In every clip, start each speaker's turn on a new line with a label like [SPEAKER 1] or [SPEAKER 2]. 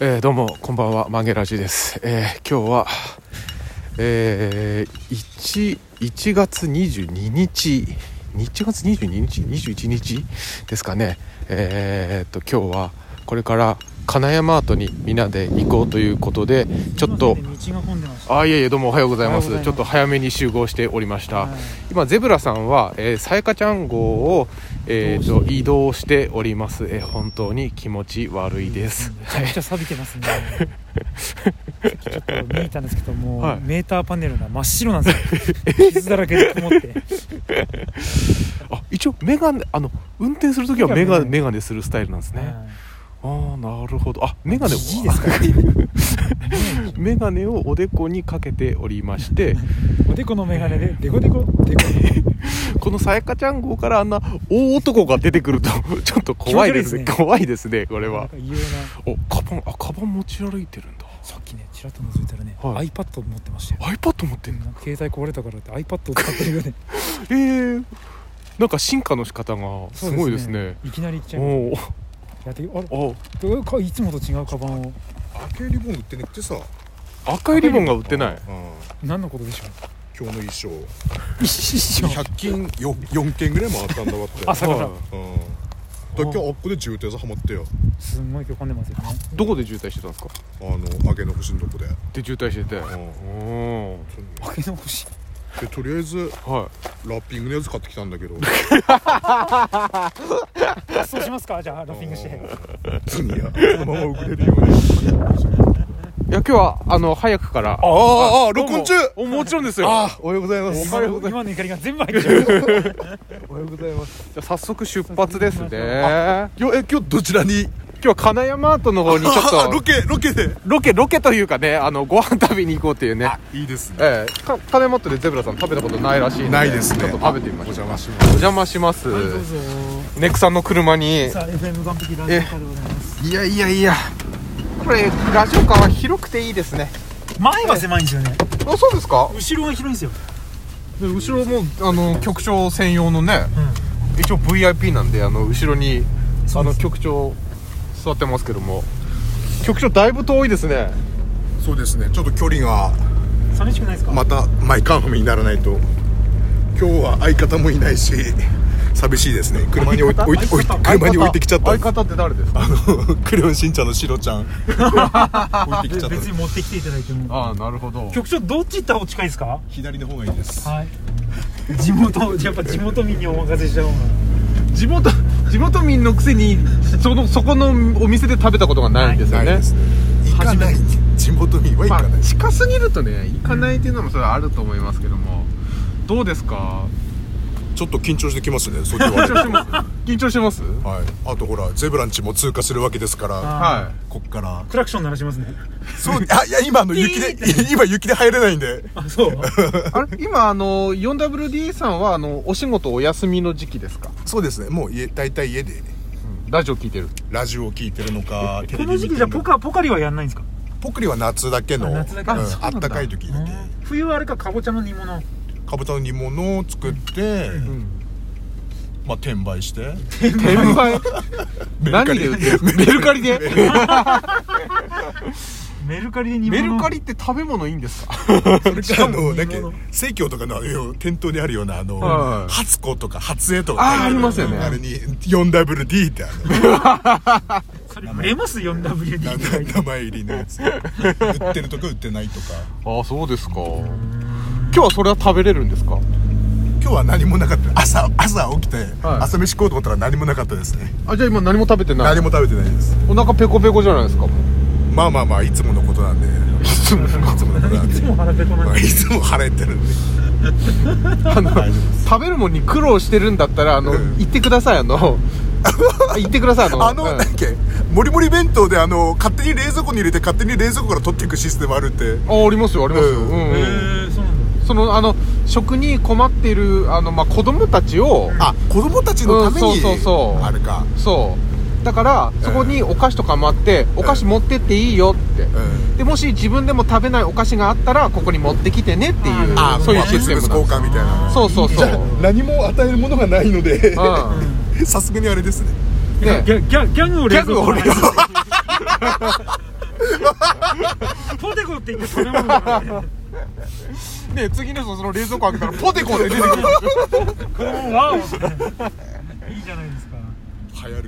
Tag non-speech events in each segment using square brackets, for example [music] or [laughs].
[SPEAKER 1] えーどうもこんばんはマンゲラジです、えー今日は、えー、1, 1月22日1月22日21日ですかねえーっと今日はこれから金山アートにみんなで行こうということでちょっと
[SPEAKER 2] すいませんね道が混んでました
[SPEAKER 1] あいえいえどうもおはようございます
[SPEAKER 2] おはようございます
[SPEAKER 1] ちょっと早めに集合しておりました、
[SPEAKER 2] はい
[SPEAKER 1] 今ゼブラさんはえーさやかちゃん号を、えーと移動しております、えー本当に気持ち悪いです、
[SPEAKER 2] めちゃくちゃ錆びてますねちょっと見えたんですけども、
[SPEAKER 1] はい
[SPEAKER 2] メーターパネルが真っ白なんですよ傷だらけでこもって
[SPEAKER 1] あ一応メガネあの運転するときはメ
[SPEAKER 2] メガ
[SPEAKER 1] ガ
[SPEAKER 2] ネ
[SPEAKER 1] メガネするスタイルなんですね、
[SPEAKER 2] は
[SPEAKER 1] ああなるほどあメガネを
[SPEAKER 2] じじいですか
[SPEAKER 1] [laughs] メガネをおでこにかけておりま
[SPEAKER 2] [laughs]
[SPEAKER 1] して
[SPEAKER 2] いおでこのメガネでデコデコデコ
[SPEAKER 1] このさやかちゃん号からあんな大男が出てくると [laughs] ちょっと怖いですね
[SPEAKER 2] 気持ち悪いですね
[SPEAKER 1] 怖いですねこれ
[SPEAKER 2] なん
[SPEAKER 1] は
[SPEAKER 2] か異様な
[SPEAKER 1] おカバンあカバン持ち歩いてるんだ
[SPEAKER 2] さっきねちらっと覗いたらね、
[SPEAKER 1] はい
[SPEAKER 2] iPad 持ってましたよ
[SPEAKER 1] iPad 持ってんの
[SPEAKER 2] なんか携帯壊れたからって iPad を使ってる
[SPEAKER 1] [laughs]
[SPEAKER 2] よね
[SPEAKER 1] えー、なんか進化の仕方がすごいですね
[SPEAKER 2] いきなり行っちゃいまし
[SPEAKER 1] お
[SPEAKER 2] たやってあれ
[SPEAKER 1] お
[SPEAKER 2] どうかいつもと違うカバンを
[SPEAKER 3] 赤いリボン売ってなくてさ、
[SPEAKER 1] あ赤いリボンが売ってない
[SPEAKER 2] 何のことでしょう
[SPEAKER 3] 今日の衣装
[SPEAKER 2] 一緒
[SPEAKER 3] 100均 4, 4件ぐらい回ったんだわって
[SPEAKER 2] あ朝から
[SPEAKER 1] はい
[SPEAKER 3] うんだから今日アップで渋滞さハマってよ
[SPEAKER 2] すんごい今日混んでますよね
[SPEAKER 1] どこで渋滞してたんですか
[SPEAKER 3] あの揚げの星のとこで、
[SPEAKER 1] で渋滞してて
[SPEAKER 3] うん
[SPEAKER 1] うん
[SPEAKER 2] 開け直し
[SPEAKER 3] でとりあえず
[SPEAKER 1] はい
[SPEAKER 3] ラッピングのやつ買ってきたんだけど
[SPEAKER 2] そうしますかじゃあラッピングして
[SPEAKER 3] うんいやこのまま遅れるように
[SPEAKER 1] いや今日はあの早くから
[SPEAKER 3] あ
[SPEAKER 1] あ
[SPEAKER 3] あああ録音中
[SPEAKER 1] おもちろんですよ
[SPEAKER 3] ああおはようございます
[SPEAKER 1] おはようござい
[SPEAKER 2] 今の怒りが全部入っちゃう
[SPEAKER 3] おはようございます
[SPEAKER 1] じゃあ早速出発ですね
[SPEAKER 3] よえ今日どちらに
[SPEAKER 1] 今日は金山アートの方にちょっ
[SPEAKER 3] ああロ
[SPEAKER 1] と
[SPEAKER 3] ケロケで
[SPEAKER 1] ロケロケというかねあのご飯食べに行こうっていうね
[SPEAKER 3] いいですね
[SPEAKER 1] ええか金山アートでゼブラさん食べたことないらしいので
[SPEAKER 3] ないですね
[SPEAKER 1] ちょっと食べてみま
[SPEAKER 3] お
[SPEAKER 1] しょう
[SPEAKER 3] 邪魔しま
[SPEAKER 1] お邪魔します
[SPEAKER 2] どうぞ
[SPEAKER 1] ネクさんの車に
[SPEAKER 2] さあ FM 完璧ラジオカーでございます
[SPEAKER 1] いやいやいやこれラジオ館は広くていいですね
[SPEAKER 2] 前が狭いんですよね
[SPEAKER 1] あそうですか
[SPEAKER 2] 後ろが広いんですよ
[SPEAKER 1] で後ろもあの局長専用のね、一応 VIP なんであの後ろにあの局長座ってますけども局長だいぶ遠いですね
[SPEAKER 3] すそうですねちょっと距離が
[SPEAKER 2] 寂しくないですか、
[SPEAKER 3] また毎回不明にならないと今日は相方もいないし寂しいですね車に置い
[SPEAKER 1] 相方
[SPEAKER 3] 置いて置いて
[SPEAKER 1] 相方
[SPEAKER 3] 車に置いてきちゃった
[SPEAKER 1] 相方って誰ですか
[SPEAKER 3] あの [laughs] クレヨンしんちゃんのシロち
[SPEAKER 1] [laughs]
[SPEAKER 3] ゃん置いてきちゃった
[SPEAKER 2] 別に持ってきていただいても
[SPEAKER 1] ああなるほど
[SPEAKER 2] 局長どっち行った方が近いですか
[SPEAKER 3] 左の方がいいです
[SPEAKER 2] はい地元やっぱ地元民にお任せした方が
[SPEAKER 1] 地元地元民のくせにそのそこのお店で食べたことがないんですよ
[SPEAKER 3] ない
[SPEAKER 1] ね、
[SPEAKER 3] ですね行かない地元民は行
[SPEAKER 1] ま
[SPEAKER 3] かない
[SPEAKER 1] あ、近すぎるとね行かないっていうのもそれはあると思いますけどもどうですか
[SPEAKER 3] ちょっと緊張してきますねそう言われ
[SPEAKER 1] 緊
[SPEAKER 3] る
[SPEAKER 1] 張してます緊張してます
[SPEAKER 3] [laughs] はいあとほらゼブランチも通過するわけですから
[SPEAKER 1] は
[SPEAKER 3] こっから
[SPEAKER 2] クラクション鳴らしますね
[SPEAKER 3] そうあいや今あの雪で [laughs] 今雪で入れないんで
[SPEAKER 2] あそう
[SPEAKER 1] いあれ今あの 4WD さんはあのお仕事お休みの時期ですか
[SPEAKER 3] そうですねもう家大体家で
[SPEAKER 1] ラジオ聞いてる
[SPEAKER 3] ラジオを聞いてるのかテ
[SPEAKER 2] こ
[SPEAKER 3] レビ
[SPEAKER 2] の
[SPEAKER 3] 見て
[SPEAKER 2] 時期
[SPEAKER 3] る
[SPEAKER 2] じゃ
[SPEAKER 3] の
[SPEAKER 2] ポ
[SPEAKER 3] か
[SPEAKER 2] カポカリはやんないんですか
[SPEAKER 3] ポクリは夏だけの
[SPEAKER 2] あ夏だけ
[SPEAKER 3] うん
[SPEAKER 2] あ
[SPEAKER 1] そう
[SPEAKER 3] あ
[SPEAKER 1] なんだ
[SPEAKER 3] ったかい時だけ
[SPEAKER 2] 冬はあれかかぼちゃの煮物
[SPEAKER 3] かぶたの煮物を作って、まあ転売して
[SPEAKER 1] 転売
[SPEAKER 3] メルカ
[SPEAKER 1] 何
[SPEAKER 3] リ
[SPEAKER 1] で売ってるメルカリで
[SPEAKER 2] メルカリで煮
[SPEAKER 1] メ
[SPEAKER 2] 物
[SPEAKER 1] ルカリって食べ物いいんですか
[SPEAKER 3] それからあのだっけ
[SPEAKER 2] 煮物
[SPEAKER 3] 生協とかのあの店頭にあるようなあの、
[SPEAKER 1] はい
[SPEAKER 3] 初子とか初江とか
[SPEAKER 1] あーありますよね
[SPEAKER 3] あれに 4WD ってあの
[SPEAKER 2] それ売れます 4WD
[SPEAKER 3] な
[SPEAKER 2] とか言って
[SPEAKER 3] な名前入りのやつ売ってるとか売ってないとか
[SPEAKER 1] ああそうですか今日はそれは食べれるんですか
[SPEAKER 3] 今日は何もなかった朝朝起きて、
[SPEAKER 1] はい
[SPEAKER 3] 朝飯食おうと思ったら何もなかったですね
[SPEAKER 1] あじゃあ今何も食べてない
[SPEAKER 3] 何も食べてないです
[SPEAKER 1] お腹ペコペコじゃないですか
[SPEAKER 3] まあまあまあいつものことなんでいつものことなん
[SPEAKER 2] い
[SPEAKER 3] で
[SPEAKER 2] つも腹ペコなん
[SPEAKER 3] まあ
[SPEAKER 2] で
[SPEAKER 3] いつも腹減ってるんで
[SPEAKER 1] あの食べるもんに苦労してるんだったらあの
[SPEAKER 3] うん
[SPEAKER 1] 言ってくださいあ [laughs] の言ってくださいあの
[SPEAKER 3] あの、
[SPEAKER 1] う
[SPEAKER 3] なんんだっけ、もりもり弁当で、あの、勝手に冷蔵庫に入れて、勝手に冷蔵庫から取っていくシステムあるって。
[SPEAKER 1] あありますよありますよ、
[SPEAKER 3] うん
[SPEAKER 1] うん
[SPEAKER 2] へーそうなんだ
[SPEAKER 1] そのあの食に困っているあの、まあ、子供たちを
[SPEAKER 3] あ、子供たちのために、
[SPEAKER 1] うんそうそうそう
[SPEAKER 3] あるか。
[SPEAKER 1] そうだからそこにお菓子とかもあって、お菓子持ってっていいよって、
[SPEAKER 3] うん。
[SPEAKER 1] でもし自分でも食べないお菓子があったらここに持ってきてねっていう
[SPEAKER 2] あー
[SPEAKER 1] そういう
[SPEAKER 3] まあ
[SPEAKER 1] システム
[SPEAKER 3] 物
[SPEAKER 1] なん
[SPEAKER 3] 々
[SPEAKER 1] です
[SPEAKER 3] 交換みたいな。
[SPEAKER 1] そうそうそう
[SPEAKER 2] いいね
[SPEAKER 3] 何も与えるものがないので、 [laughs] さすがにあれですね。
[SPEAKER 1] うん、で
[SPEAKER 2] ギャギャギャグを
[SPEAKER 1] ギ
[SPEAKER 2] 冷
[SPEAKER 1] ャ
[SPEAKER 2] 蔵
[SPEAKER 1] グを
[SPEAKER 2] 庫
[SPEAKER 1] 俺
[SPEAKER 2] に
[SPEAKER 1] がで次の人その冷蔵庫開けたらポテコで出てくる
[SPEAKER 2] わおいいじゃないですか
[SPEAKER 3] 流行るかもわかんない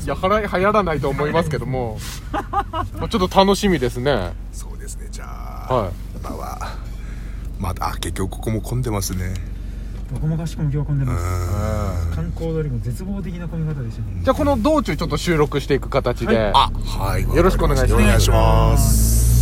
[SPEAKER 1] [laughs] いやはら流行らないと思いますけども [laughs] まあちょっと楽しみですね
[SPEAKER 3] そうですねじゃあ、
[SPEAKER 1] は
[SPEAKER 3] まあはまだあ結局ここも混んでますね
[SPEAKER 2] どこもかしこも今日混んで
[SPEAKER 3] う
[SPEAKER 2] ます
[SPEAKER 3] ん
[SPEAKER 2] 観光通りも絶望的な混み方でしたね
[SPEAKER 1] いじゃあこの道中ちょっと収録していく形で、
[SPEAKER 3] あはい
[SPEAKER 1] よろしくお願いします
[SPEAKER 3] お願いします